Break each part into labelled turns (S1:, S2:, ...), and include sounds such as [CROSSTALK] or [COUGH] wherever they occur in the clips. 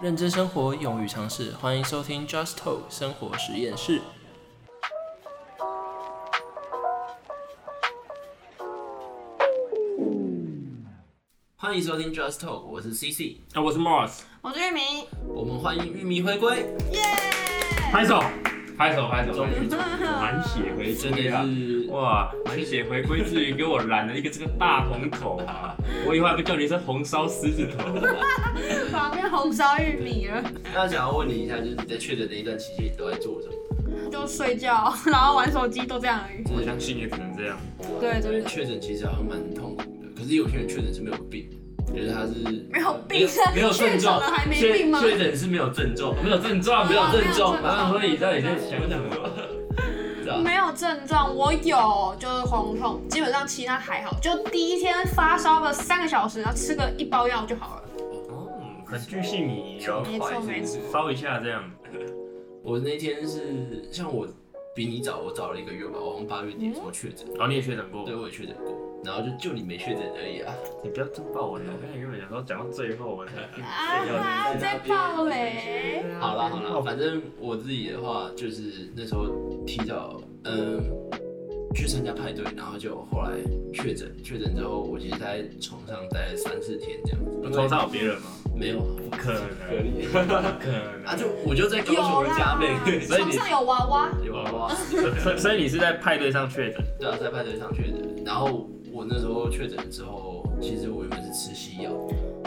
S1: 认知生活，勇于尝试，欢迎收听 Just Talk 生活实验室。欢迎收听 Just Talk，我是 CC，
S2: 啊，我是 Mars，
S3: 我是玉米，
S1: 我们欢迎玉米回归，
S3: [LAUGHS] 耶！
S2: 拍手，拍手，拍手，
S1: 终于
S2: 满血回
S1: 真
S2: 归
S1: 的
S2: 啊！
S1: 是
S2: 哇，满血回归，至于给我染了一个这个大红头啊！我以后还不叫你是红烧狮子头啊，
S3: 旁边红烧玉米了，
S1: 那想要问你一下，就是你在确诊那一段期间，你都在做什么？
S3: 就睡觉，然后玩手机，都这样而已。
S2: 我相信也只能这样。
S3: 对，
S1: 因
S3: 真
S1: 为
S3: 的
S1: 确诊其实好像蛮痛苦的，可是有些人确诊是没有病，就是他是
S3: 没有病啊
S1: 没有没有症
S3: 确诊
S1: 状
S3: 了，还没
S2: 确
S3: 病吗？
S2: 确诊是没有症状，没有症状，没有症状。
S3: 哦没有症状
S1: 啊
S2: 然后所以到底在想什么？
S1: 知道吧？
S3: 没有症状，我有就是红痛，基本上其他还好，就第一天发烧了三个小时，然后吃个一包药就好了。
S2: 哦，很具细迷哦，
S3: 没错没错，
S2: 烧一下这样。
S1: 我那天是像我比你早，我早了一个月吧，我好像八月底
S3: 嗯
S1: 的时候确诊，
S2: 哦，你也确诊过
S1: 对，？我也确诊过，然后就就你没确诊而已啊。
S2: 你不要真爆我！我刚才原本想说讲到最后，我才
S3: 啊，在爆雷，
S1: 好啦好啦，反正我自己的话就是那时候提早嗯去参加派对，然后就后来确诊，确诊之后我其实在床上待了三四天这样子，
S2: 我头哦上有别人吗？
S1: 没有
S2: 不 [LAUGHS] 可
S1: 隔
S2: 能，
S1: 离
S2: 不可能
S1: 啊，就我就在高
S3: 有
S1: 雄的家
S3: 啦 [LAUGHS]
S1: 内，，所以
S3: 床
S1: 你
S3: 上有娃娃，
S1: 有娃娃。
S2: 所以所以你是在派对上确诊？
S1: 对啊，在派对上确诊，然后我那时候确诊之后，其实我原本是吃西药，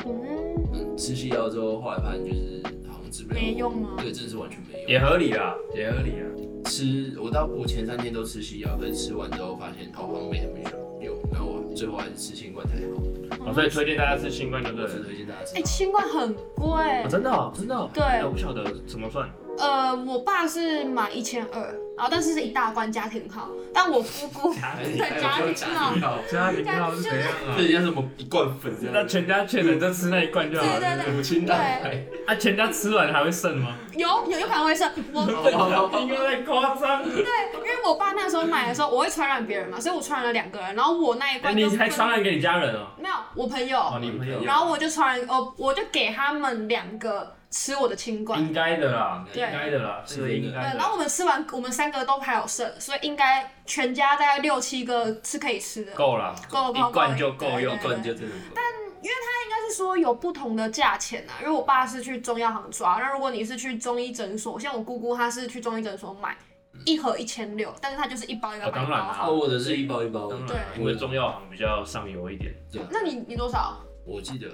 S3: 嗯，
S1: 嗯，吃西药之后，后来发现就是好像治不了，
S3: 没用啊吗？
S1: 对，真的是完全没用。
S2: 也合理啦，也合理啊。
S1: 吃我到我前三天都吃西药，可是吃完之后发现哦，好像没什么用，然后我最后还是吃新冠才好。
S2: 哦，所以推荐大家吃新冠就对
S1: 我只
S2: 了。
S1: 推荐大家
S3: 嗯哎，
S1: 吃。
S3: 新冠很贵
S2: 哦，，真的哦，真的哦。
S3: 对
S2: 哎我不晓得怎么算。
S3: 呃，我爸是买一千二，然后但是是一大罐家庭号，但我姑姑
S1: 哎
S3: 在家啊庭号，
S1: 药，
S2: 家庭号是怎样啊
S1: 这？人家什么一罐粉这
S2: [LAUGHS] 那
S1: 样，
S2: 全家确诊就吃那一罐就好
S3: [LAUGHS] 对
S2: 了。
S3: 对
S1: 母亲蛋白。
S2: 啊，全家吃完还会剩 [LAUGHS] 吗？
S3: 有有有可能会剩我。
S2: 哦
S3: [LAUGHS]
S2: 应该太夸张了。
S3: 因为我爸那时候买的时候，我会传染别人嘛，所以我传染了两个人，然后我
S2: [LAUGHS]
S3: 那一
S2: 哎
S3: 罐
S2: 你
S3: 就
S2: 还
S3: 分
S2: 传染给你家人哦？
S3: 没有我朋友，
S2: 哦，你朋友
S3: 然后我就传染哦，我就给他们两个吃我的清冠，
S2: 应该的啦，应
S1: 对
S2: 该的啦，这个应
S3: 对，
S2: 该
S3: 然
S2: 的。
S3: 后我们吃完，我们三个都还有剩，所以应该全家大概六七个是可以吃的，
S2: 够了，
S3: 够
S2: 一
S3: 够
S2: 罐就够
S1: 有
S2: 用
S3: 对对对
S1: 罐就真的够。
S3: 但是说有不同的价钱啊，因为我爸是去中药行抓，那如果你是去中医诊所，像我姑姑她是去中医诊所买一盒一千六，但是它就是一包一个
S2: 哦
S3: 买
S2: 当然
S3: 包
S2: 啦
S1: 啊，我的是一包一包，
S2: 当然
S3: 对
S2: 啦，因为中药行比较上游一点，
S1: 对啊，
S3: 那你你多少？
S1: 我记得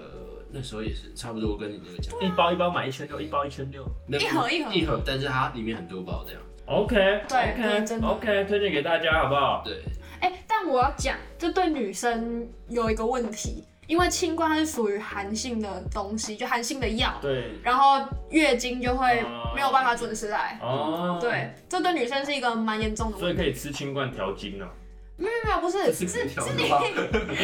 S1: 那时候也是差不多跟你那个价。
S2: 一包一包买一千六，一包一千六。
S1: 没有
S3: 一盒一盒
S1: 一盒，但是它里面很多包这样。
S2: OK，
S3: 对真
S2: OK
S3: 的
S2: OK，推荐给大家好不好？
S1: 对，
S3: 哎、但我要讲，这对女生有一个问题，因为清冠它是属于寒性的东西，就寒性的药，
S2: 对，
S3: 然后月经就会
S2: 哦
S3: 没有办法准时来。
S2: 哦，，
S3: 对，这对女生是一个蛮严重的
S2: 所
S3: 问
S2: 以
S3: 题。
S2: 可以吃清冠调经哦。
S3: 没有，不是，是是你，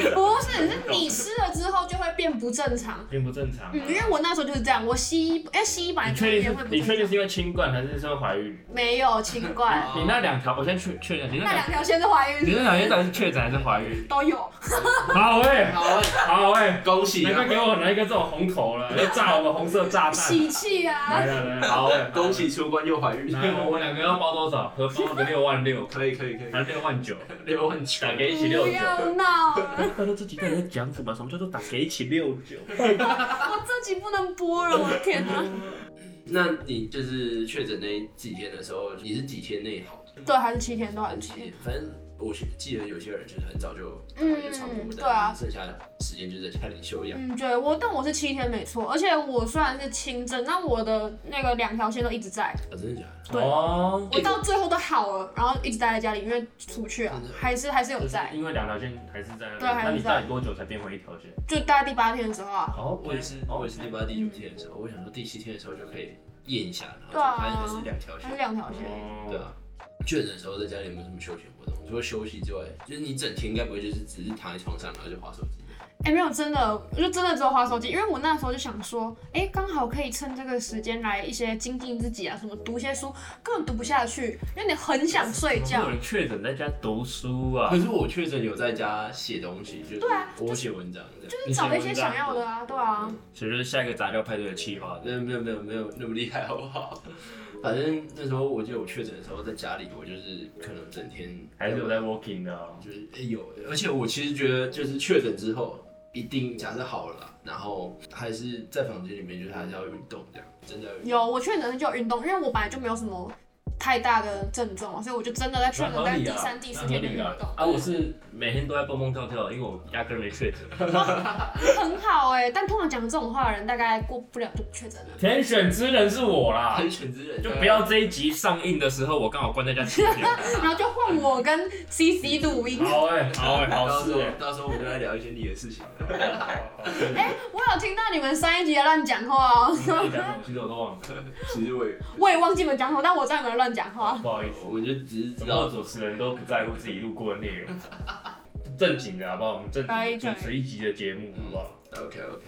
S3: 不是，是你吃了之后就会变不正常。
S2: 并不正常啊。
S3: 嗯，因为我那时候就是这样，我西医，哎，西医本来
S2: 你
S3: 就
S2: 确定
S3: 也会
S2: 是？
S3: 不
S2: 你确定是
S3: 正常，
S2: 因为清冠还是是因为怀孕？
S3: 没有清冠，
S1: 哦
S2: 你那两条，我先确确认，你那
S3: 那
S2: 两
S3: 两条线是怀
S2: 你
S3: 孕
S2: 那两条到底是确诊还是怀
S3: [LAUGHS]
S2: 孕？
S3: 都有，
S2: 好
S3: [LAUGHS]
S2: 哎，
S1: 好，
S2: 好哎，
S1: 恭喜
S2: 难
S1: 啊
S2: 怪！给我来一个这种红头了，要炸我们红色炸弹。
S3: 喜气啊
S2: 来，了来了，好 [LAUGHS] 哎，
S1: 恭喜出关又怀
S2: [LAUGHS]
S1: 孕，
S2: 来！我们两个要包多少？合包个六万六，
S1: 可以可以可以，
S2: 还是六万九？哎
S1: 六万九
S2: 打给一起六
S3: 不
S2: 九。
S3: 要闹了。
S2: 大家这几个人在讲什么？什么叫做打给一起六九？
S3: 我这集不能播了，我的天哪！
S1: 那你就是确诊那几天的时候，你是几天内好的？
S3: 对，还是七天都
S1: 反
S3: 还
S1: 正
S3: 是
S1: 几
S3: 七天。
S1: 天，反正我记得有些人就是很早就
S3: 嗯
S1: 就长
S3: 对啊
S1: 剩下的时间就在家里休养。
S3: 嗯，对我，但我是七天没错，而且我虽然是轻症，但我的那个两条线都一直在，
S1: 啊，真的假的？
S3: 对
S2: 哦，
S3: 我到最后都好了，然后一直待在家里，因为出不去啊，还是还是有
S2: 就是
S3: 在，
S2: 因为两条线还是在那里。
S3: 对还是
S2: 那你
S3: 在
S2: 到底多久才变回一条线？
S3: 就待第八天的时候啊，
S2: 哦
S1: 我也是，我也是第八、第九天的时候，我想说第七天的时候就可以验一下，然后
S3: 对啊
S1: 就发现还是两条
S3: 还是
S1: 线。
S3: 两条线，
S1: 对
S2: 哦，
S1: 啊，确诊的时候在家里有没有什么休闲活动？除了休息之外，就是你整天应该不会就是只是躺在床上然后就划手机。
S3: 哎、没有，真的，我就真的只有划手机，因为我那时候就想说，哎、刚好可以趁这个时间来一些精进自己啊，什么读一些书，根本读不下去，因为你很想睡
S2: 怎么
S3: 觉
S2: 会有。人确诊在家读书啊
S1: 可，是我确诊有在家写东西，就是
S3: 对啊
S1: 我写文章这样。
S3: 就是找了一些想要的啊，对啊，
S2: 所以就是下一个杂交派对的计划。
S1: 没有没有没有没有那么厉害好不好？ [LAUGHS] 反正那时候我记得我确诊的时候在家里，我就是可能整天
S2: 还是有在 working 的、哦，
S1: 就是、欸、有，而且我其实觉得就是确诊之后，一定假设好了啦，然后还是在房间里面，就是还是要运动这样，真的要运动。
S3: 有我确诊就有运动，因为我本来就没有什么太大的症状嘛，所以我就真的在确诊在第三、第四天就运
S2: 啊
S3: 动，
S2: 啊，我是每天都在蹦蹦跳跳，因为我压根儿没确诊。
S3: 很好哎、但通常讲这种话的人，大概过不了就确诊了。
S2: 天选之人是我啦，
S1: 安全之人
S2: 就不要这一集上映的时候，我刚好关在家七天。
S3: [LAUGHS] 然后就换我跟 CC 录
S2: [LAUGHS]
S3: 音。
S2: 好哎、好哎、
S1: 到
S2: 好
S1: 时
S2: 事
S1: 候
S2: 哎、
S1: 到时候我们就来聊一些你的事情。
S3: 哎、我有听到你们上一集的乱讲话哦，
S2: 你们讲什么其实我都忘了，
S1: 其实我
S2: [LAUGHS]
S1: 也
S3: 我也忘记你们讲什么，但我知道你们乱讲话。
S2: 不好意思。
S1: 我们就只是知
S2: 然后
S1: 道
S2: 主持人都不在乎自己录过的内容，正经的好不好？我们正
S3: 可以
S2: 经主持一集的节目好不好？
S1: OK OK。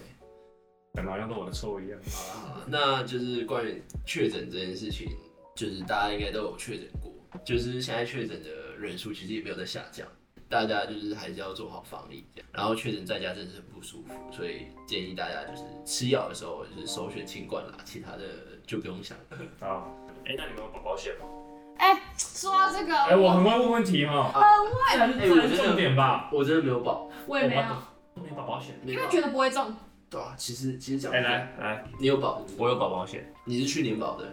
S2: 讲得好像都我的错一样。
S1: 好啦啊那就是关于确诊这件事情，就是大家应该都有确诊过，就是现在确诊的人数其实也没有在下降，大家就是还是要做好防疫这样。然后确诊在家真的是很不舒服，所以建议大家就是吃药的时候就是首选清冠啦，其他的就不用想了。
S2: 啊，哎、那你们有保保险吗？
S3: 哎、说到这个，
S2: 哎、我很会问问题哈。
S3: 很
S2: 哎、
S3: 会，
S1: 哎
S2: 这是重点吧？
S1: 我真的没有保，
S3: 我也没有，
S2: 没保保险。
S1: 没
S3: 因
S1: 有
S3: 为
S1: 保
S3: 觉得不会中。
S1: 对啊，其实其实讲
S2: 哎、
S1: 真的，
S2: 来来，
S1: 你有保，
S2: 我有保保险，
S1: 你是去年保的，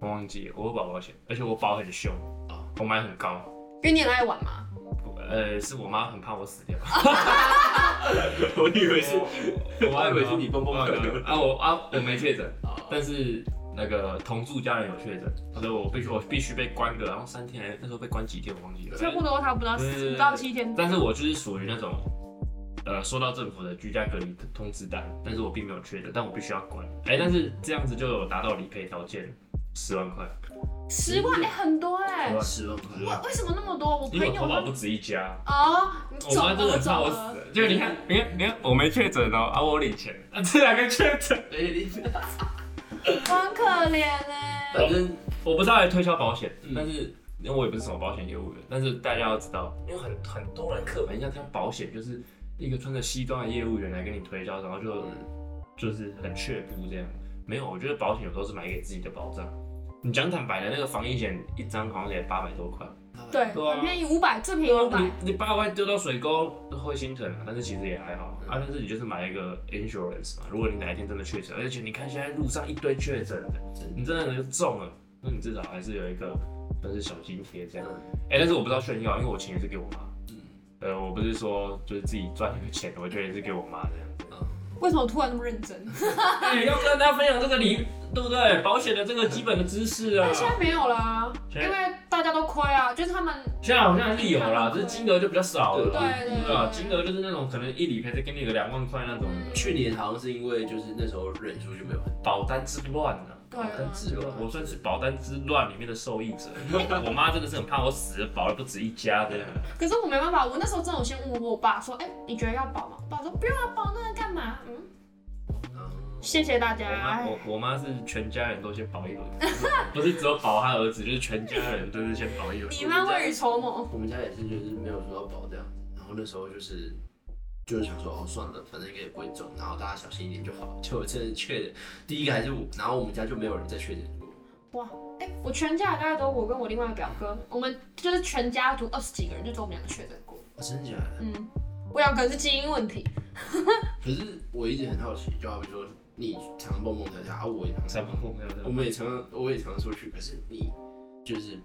S2: 我忘记了我有保保险，而且我保很凶
S1: 哦，
S2: 我买很高。
S3: 因为你很爱玩嘛，
S2: 呃，是我妈很怕我死掉。
S1: 我以为
S2: 我
S1: 我以为是你蹦蹦跳跳
S2: 啊，我啊我没确诊，但是那个同住家人有确诊，所以我必须我必须被关个，然后三天还是那时候被关几天我忘记了。
S3: 差不多差不多
S2: 对对
S3: 四
S2: 对
S3: 五到七天。
S2: 但是我就是属于那种，呃，收到政府的居家隔离通知单，但是我并没有确诊，但我必须要关。哎、但是这样子就有达到理赔条件，十万块，
S3: 十万哎、很多哎、
S2: 十万
S1: 十万块，
S3: 为为什么那么多？我
S2: 因
S3: 朋
S2: 为我
S3: 友
S2: 投保
S3: 他
S2: 不止一家。
S3: 哦，你
S2: 我
S3: 走
S2: 妈真的
S3: 了
S2: 很怕
S3: 走
S2: 我死
S3: 了，，
S2: 就你看，你看，你看，我没确诊哦，啊，我领钱，啊，这两个确诊，
S1: 哎你
S3: 很可怜哎、
S1: 反正
S2: 我不知道来推销保险，
S1: 嗯
S2: 但是因为我也不是什么保险业务员，但是大家要知道，因为很很多人刻板印象，听到保险就是一个穿着西装的业务员来跟你推销，然后就、就是很却步这样。没有，我觉得保险有时候是买给自己的保障。你讲坦白的，那个防疫险一张好像也八百多块，
S3: 对，
S2: 对啊
S3: 很便宜，五百最便宜
S2: 对
S3: 五
S2: 啊
S3: 百。
S2: 你你八万丢到水沟会心疼啊，但是其实也还好啊。但是你就是买一个 insurance 嘛，如果你哪一天真的确诊，而且你看现在路上一堆确诊的，
S1: 真
S2: 你真的能中了，那你至少还是有一个算是小津贴这样。
S1: 嗯
S2: 哎、但是我不知道炫耀，因为我钱也是给我妈。
S1: 嗯
S2: 呃，我不是说就是自己赚那个钱，我觉得也是给我妈这样子。
S3: 为什么突然那么认真？
S2: 哎、要跟大家分享这个理，对不对？保险的这个基本的知识啊
S3: 但，现在没有啦，因
S2: 现在
S3: 为大家都亏啊，就是他们
S2: 现在好像还是有啦，只是金额就比较少了
S3: 对
S2: 啦。
S3: 对嗯
S2: 对啊，金
S3: 对，
S2: 额就是那种可能一理赔再给你个两万块那种的，
S1: 去年好像是因为就是那时候人数就没有很
S2: 保单之乱啊。
S3: 对
S1: 保单
S3: 啊，
S1: 制度啊
S2: 我算是保单之乱里面的受益者， [LAUGHS] 我妈真的是很怕我死了，保了不止一家的。
S3: 可是我没办法，我那时候真的有先问我爸说，哎、你觉得要保吗？我爸说不用啊，保那个干嘛？嗯，
S1: 嗯
S3: 谢谢大家。
S2: 我妈
S3: 哎
S2: 我我妈是全家人都先保一轮， [LAUGHS] 不是只有保她儿子，就是全家人都是先保一轮。
S3: 你妈未雨绸缪，
S1: 我们家也是，就是没有说要保这样子，然后那时候就是就是想说哦算了，反正应该也不会中，然后大家小心一点就好。结果真的确诊，第一个还是我，然后我们家就没有人再确诊过。
S3: 哇！哎、我全家大概都我跟我另外一个表哥，我们就是全家族二十几个人，就只有我们两个确诊过。
S1: 哦、真的假的？
S3: 嗯，我两个可能是基因问题，
S1: 可是我一直很好奇，就好比说你常蹦蹦跳跳，啊我也常
S2: 三
S1: 常
S2: 万后没有
S3: 嗯
S1: 我们也常常我也常常出去，可是你就是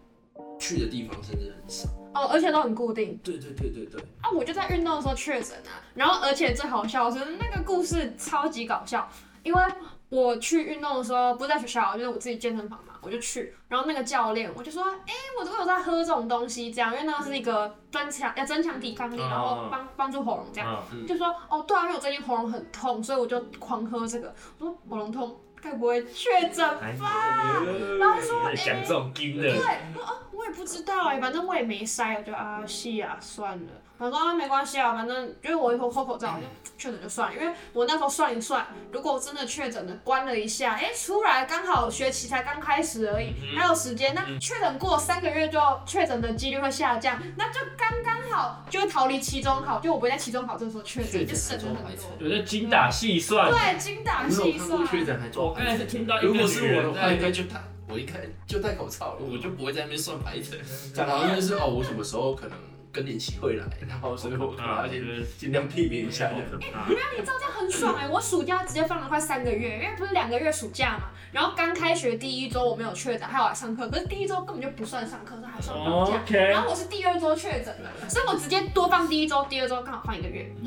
S1: 去的地方甚至很少。
S3: 哦，而且都很固定。
S1: 对对对对对，
S3: 啊，我就在运动的时候确诊啊，然后而且最好笑的是那个故事超级搞笑，因为我去运动的时候不是在学校，就是我自己健身房嘛，我就去，然后那个教练我就说，哎、我都有在喝这种东西，这样，因为那个是一个增强要增强抵抗力，然后帮帮助喉咙这样，
S2: 嗯，
S1: 嗯
S3: 就说哦对啊，因为我最近喉咙很痛，所以我就狂喝这个，我说喉咙痛该不会确诊吧？
S2: 哎呦
S3: 然后说
S2: 讲这种金的
S3: 对，我说哦，我我也不知道哎、反正我也没塞，我就啊是啊算了。我说啊没关系啊，反正因为我有口口罩，我就确诊就算了。因为我那时候算一算，如果我真的确诊了，关了一下，哎、出来刚好学期才刚开始而已，
S2: 嗯
S3: 还有时间。那确诊过三个月就确诊的几率会下降，那就刚刚好就会逃离期中考，就我不会在期中考这时候确诊，就省了很多。
S2: 有在精打细算。
S3: 对，精打
S1: 你有
S3: 细
S1: 看过确
S3: 算。
S1: 诊还做
S2: 我
S1: 排
S2: 刚才
S1: 程
S2: 是听到一
S1: 如
S2: 个
S1: 果是
S2: 女
S1: 我的
S2: 人
S1: 话，应该
S2: 在，
S1: 就戴，我一看就戴口罩了，我就不会在那边算排程。讲好像就是哦，我什么时候可能更年期会来，然后所以我可
S2: 啊
S1: 能要先尽量避免一下。
S2: 好可怕
S3: 你知道这样很爽哎、我暑假直接放了快三个月，因为不是两个月暑假嘛。然后刚开学第一周我没有确诊，还有来上课，可是第一周根本就不算上课，这还算放哎假。
S2: OK，
S3: 然后我是第二周确诊的，所以我直接多放第一周，第二周刚好放一个月， [LAUGHS]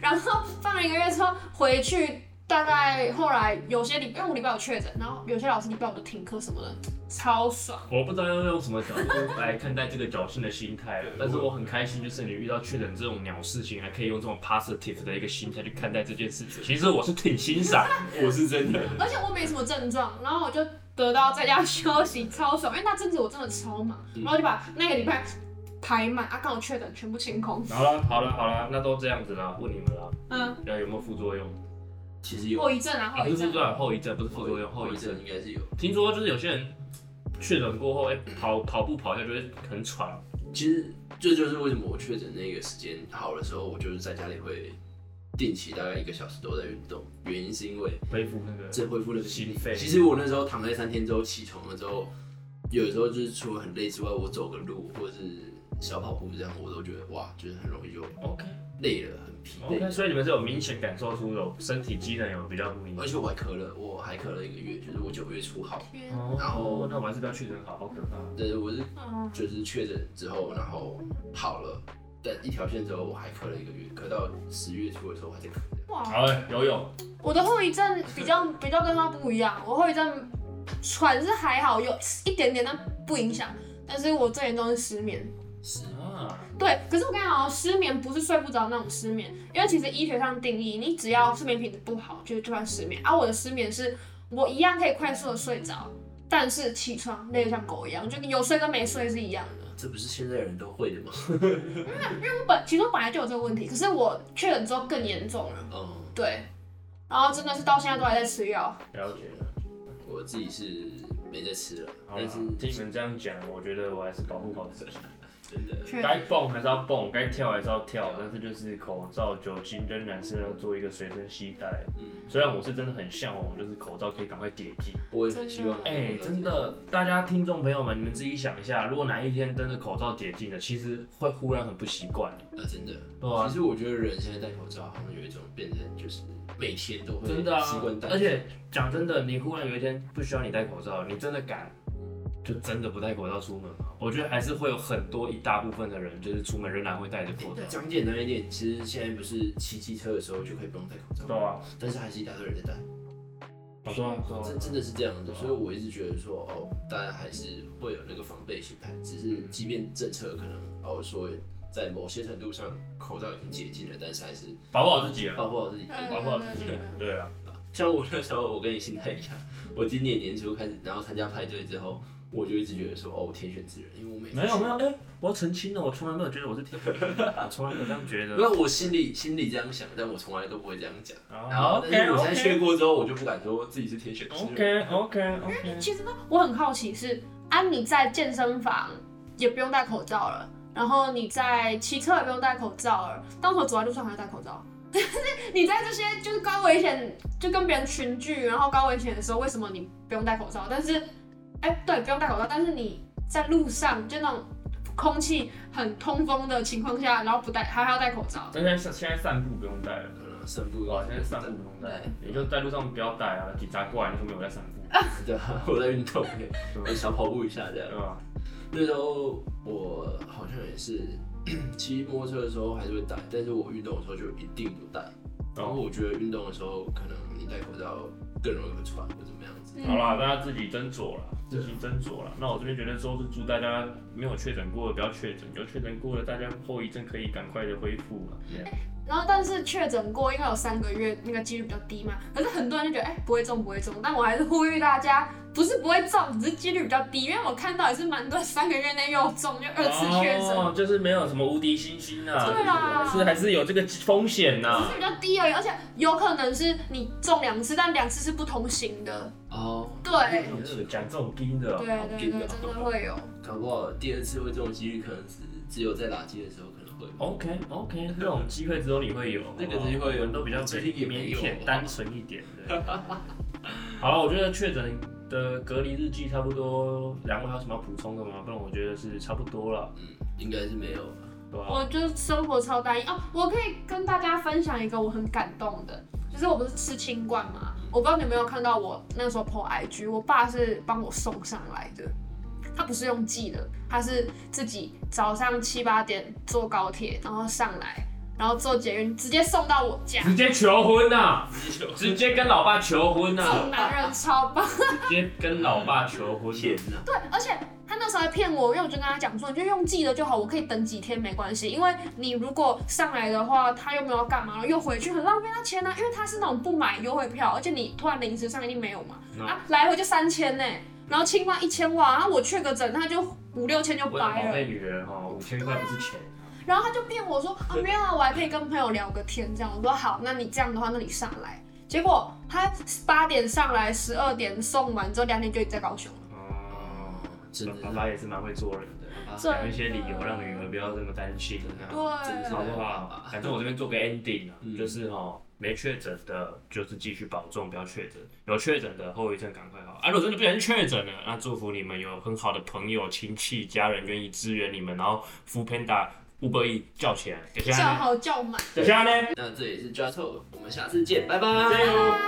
S3: 然后放了一个月之后回去，大概后来有些礼，因为我礼拜有确诊，然后有些老师礼拜我就停课什么的，超爽。
S2: 我不知道要用什么角度来看待这个侥幸的心态了，但是我很开心，就是你遇到确诊这种鸟事情，还可以用这 [LAUGHS] 种 positive 的一个心态去看待这件事情。其实我是挺欣赏，我是真的。
S3: 而且我没什么症状，然后我就得到在家休息，超爽。因为那阵子我真的超忙，然后就把那个礼拜排满啊，刚好确诊全部清空。
S2: 好了，好了，好了，那都这样子啦，问你们啦，
S3: 嗯，
S2: 那有没有副作用？
S1: 其实有
S3: 后遗症
S2: 啊，
S3: 啊，后
S2: 不是
S3: 遗
S2: 副
S3: 症。
S2: 作用，后遗症，不是副作用，后
S1: 后
S2: 遗
S1: 遗
S2: 症。
S1: 症应该是有。
S2: 听说就是有些人确诊过后，哎、跑跑步跑一下就会很喘，
S1: 其实这就是为什么我确诊那个时间好的时候，我就是在家里会定期大概一个小时都在运动，原因是因为
S2: 恢复那个。
S1: 这恢复了心
S2: 心
S1: 肺。
S2: 肺
S1: 其实我那时候躺在三天之后起床了之后，有时候就是除了很累之外，我走个路或者是小跑步这样，我都觉得哇，就是很容易就
S2: OK
S1: 累了，很疲惫。
S2: OK，所以你们是有明显感受出有身体机能有比较不一样
S1: 而。且我还咳了，我还咳了一个月，就是我九月初好，
S3: 天啊
S2: 哦，那我还是不要确诊好，好可怕。
S1: 对，我是
S3: 嗯，
S1: 就是确诊之后，然后好了，但一条线之后我还咳了一个月，咳到十月初的时候我还在咳。
S3: 哇，
S2: 好嘞，游泳。
S3: 我的后遗症比较比较跟他不一样，我后遗症喘是还好，有一点点，但不影响。但是我最严重是失眠，
S2: 啊，
S3: 对，可是我跟你讲哦，失眠不是睡不着那种失眠，因为其实医学上定义，你只要睡眠品质不好，就就算失眠。啊而、我的失眠是，我一样可以快速的睡着，但是起床累得像狗一样，就有睡跟没睡是一样
S1: 嗯
S3: 的。
S1: 这不是现在人都会的吗？
S3: 我本其实我本来就有这个问题，可是我确诊之后更严重了，
S1: 嗯，
S3: 对，然后真的是到现在都还在哦吃药。
S2: 了解了。
S1: 我自己是没在吃了，
S2: 好啦
S1: 但是
S2: 听你们这样讲，我觉得我还是保护好自己，
S1: 真的
S3: 确
S2: 该蹦还是要蹦，该跳还是要跳，但是就是口罩、酒精仍然是要做一个随身携带。虽然我是真的很向往，就是口罩可以赶快解禁。
S1: 我也很希望。
S3: 真的
S2: 哎、真，的，大家听众朋友们，你们自己想一下，如果哪一天真的口罩解禁了，其实会忽然很不习惯，
S1: 呃，真的。
S2: 对吧、
S1: 其实我觉得人现在戴口罩，好像有一种变成就是每天都会
S2: 真的啊
S1: 习惯戴，，
S2: 而且讲真的，你忽然有一天不需要你戴口罩，你真的敢就真的不戴口罩出门吗？我觉得还是会有很多一大部分的人，就是出门仍然会戴着口罩。
S1: 讲简单一点，其实现在不是骑机车的时候就可以不用戴口罩
S2: 对，啊，
S1: 但是还是一大堆人在戴。
S2: 我说啊我
S1: 真
S2: 说
S1: 真的是这样
S2: 啊
S1: 的，所以我一直觉得说，哦，大家还是会有那个防备心态，只是
S2: 嗯
S1: 即便政策可能哦说在某些程度上口罩已经解禁了，但是还是
S2: 保护好自己啊，
S1: 保护好自己。
S2: 保护好自己
S3: 对对。
S2: 对啊，
S1: 像我那时候，我跟你心态一样，我今年年初开始，然后参加派对之后，我就一直觉得说，哦，我天选之人，因为我每次
S2: 没有没有，哎、我要澄清了，我从来没有觉得我是天选之人，我从来没有这样觉得。
S1: 那我心里心里这样想，但我从来都不会这样讲。然
S2: [LAUGHS] 好
S1: 后，但是我现在
S2: OK
S1: 学过之后，我就不敢说自己是天选之人。
S2: OK OK OK，
S3: 其实呢，我很好奇是，啊，你在健身房也不用戴口罩了，然后你在骑车也不用戴口罩了，当时我走在路上还要戴口罩。 [LAUGHS] 就是你在这些就是高危险，就跟别人群聚，然后高危险的时候，为什么你不用戴口罩？但是，哎、对，不用戴口罩，但是你在路上就那种空气很通风的情况下，然后不戴，还还要戴口罩。
S2: 但现在散现在散步不用戴了。
S1: 可能散步
S2: 哇
S1: 啊，，
S2: 哦现在散步不用戴，你就在路上不要戴啊，警察过来你就没有在 [LAUGHS] 散步，
S1: 对啊，我在运动，我小跑步一下这样
S2: 对。啊吧？
S1: 那时候我好像也是骑摩托车的时候还是会戴，但是我运动的时候就一定不戴。然
S2: 哦
S1: 后我觉得运动的时候，可能你戴口罩更容易会喘或怎么样子。
S3: 嗯
S2: 好啦，大家自己斟酌啦，自己斟酌啦。那我这边觉得说是祝大家没有确诊过的不要确诊，有确诊过的大家后遗症可以赶快的恢复了。
S3: 然后但是确诊过，因为有三个月那个几率比较低嘛，可是很多人就觉得哎、不会中不会中，但我还是呼吁大家不是不会中，只是几率比较低。因为我看到也是蛮多三个月内又中，哎就二次确诊，
S2: 哦，就是没有什么无敌星星啊，
S3: 对啦
S2: 是还是有这个风险呐、
S3: 只是比较低而已。而且有可能是你中两次，但两次是不同型的。
S1: 哦，
S3: 对，
S2: 哎讲这种冰的、
S3: 哎
S2: 哦
S3: 对对对，真的会有。
S1: 搞不好第二次会中的几率可能是只有在垃圾的时候可能会。
S2: OK OK，这种机会只有你会有，
S1: 这个机会有
S2: 人都比较
S1: 这个也没
S2: 腼
S1: 有
S2: 腆、单纯一点。对 [LAUGHS] 好了，我觉得确诊的隔离日记差不多，两位还有什么要补充的吗？不然我觉得是差不多了，
S1: 嗯，应该是没有吧。
S2: 对吧、
S3: 我就生活超单一哦。我可以跟大家分享一个我很感动的，就是我不是吃清冠嘛，我不知道你有没有看到我那时候 po IG，我爸是帮我送上来的，他不是用寄的，他是自己早上七八点坐高铁，然后上来，然后坐捷运直接送到我
S2: [LAUGHS]
S3: 家。
S2: 直接求婚呐、直接跟老爸求婚呐、
S3: 这种男人超棒，
S2: 直接跟老爸求婚。
S1: 天哪！
S3: 对，而且他那时候还骗我，因为我就跟他讲说，你就用寄的就好，我可以等几天没关系，因为你如果上来的话，他又没有干嘛，又回去很浪费他钱啊，因为他是那种不买优惠票，而且你突然临时上一定没有嘛，
S2: 嗯
S3: 啊，来回就三千呢，然后清关一千万，然后我确个诊他就五六千就
S2: 我的宝
S3: 白了
S2: 贝，女人哈，五千块不是钱，
S3: 然后他就骗我说啊没有啊，我还可以跟朋友聊个天这样，我说好，那你这样的话，那你上来，结果他八点上来，十二点送完之后，两点就已经在高雄了，
S2: 哦，
S1: 真的是
S2: 爸爸也是蛮会做人的，
S1: 啊
S3: 真的
S2: 讲一些理由让女儿不要这么担心啊。
S1: 真的
S3: 对
S1: 是。
S2: 好不好？反正我这边做个 ending 啊，
S1: 嗯
S2: 就是哦，没确诊的，就是继续保重，不要确诊；有确诊的，后遗症赶快好。啊，如果真的不小心确诊了，那祝福你们有很好的朋友、亲戚、家人愿意支援你们，然后 f o o Panda、Uber E 叫起来，等
S3: 叫
S2: 下呢，
S3: 好叫满。
S2: 等下呢，
S1: 那这里是 j a t o 我们下次见，拜拜。
S2: 加油！